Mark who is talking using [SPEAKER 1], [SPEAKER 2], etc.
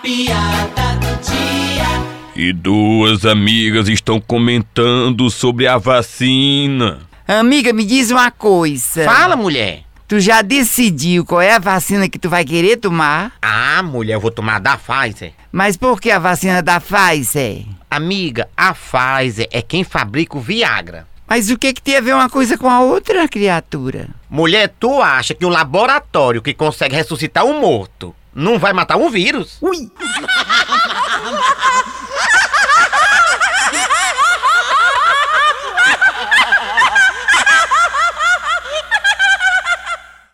[SPEAKER 1] piada do dia.
[SPEAKER 2] E duas amigas estão comentando sobre a vacina.
[SPEAKER 3] Amiga, me diz uma coisa.
[SPEAKER 4] Fala, mulher.
[SPEAKER 3] Tu já decidiu qual é a vacina que tu vai querer tomar?
[SPEAKER 4] Ah, mulher, eu vou tomar da Pfizer.
[SPEAKER 3] Mas por que a vacina da Pfizer?
[SPEAKER 4] Amiga, a Pfizer é quem fabrica o Viagra.
[SPEAKER 3] Mas o que que tem a ver uma coisa com a outra, criatura?
[SPEAKER 4] Mulher, tu acha que um laboratório que consegue ressuscitar um morto não vai matar um vírus?
[SPEAKER 3] Ui!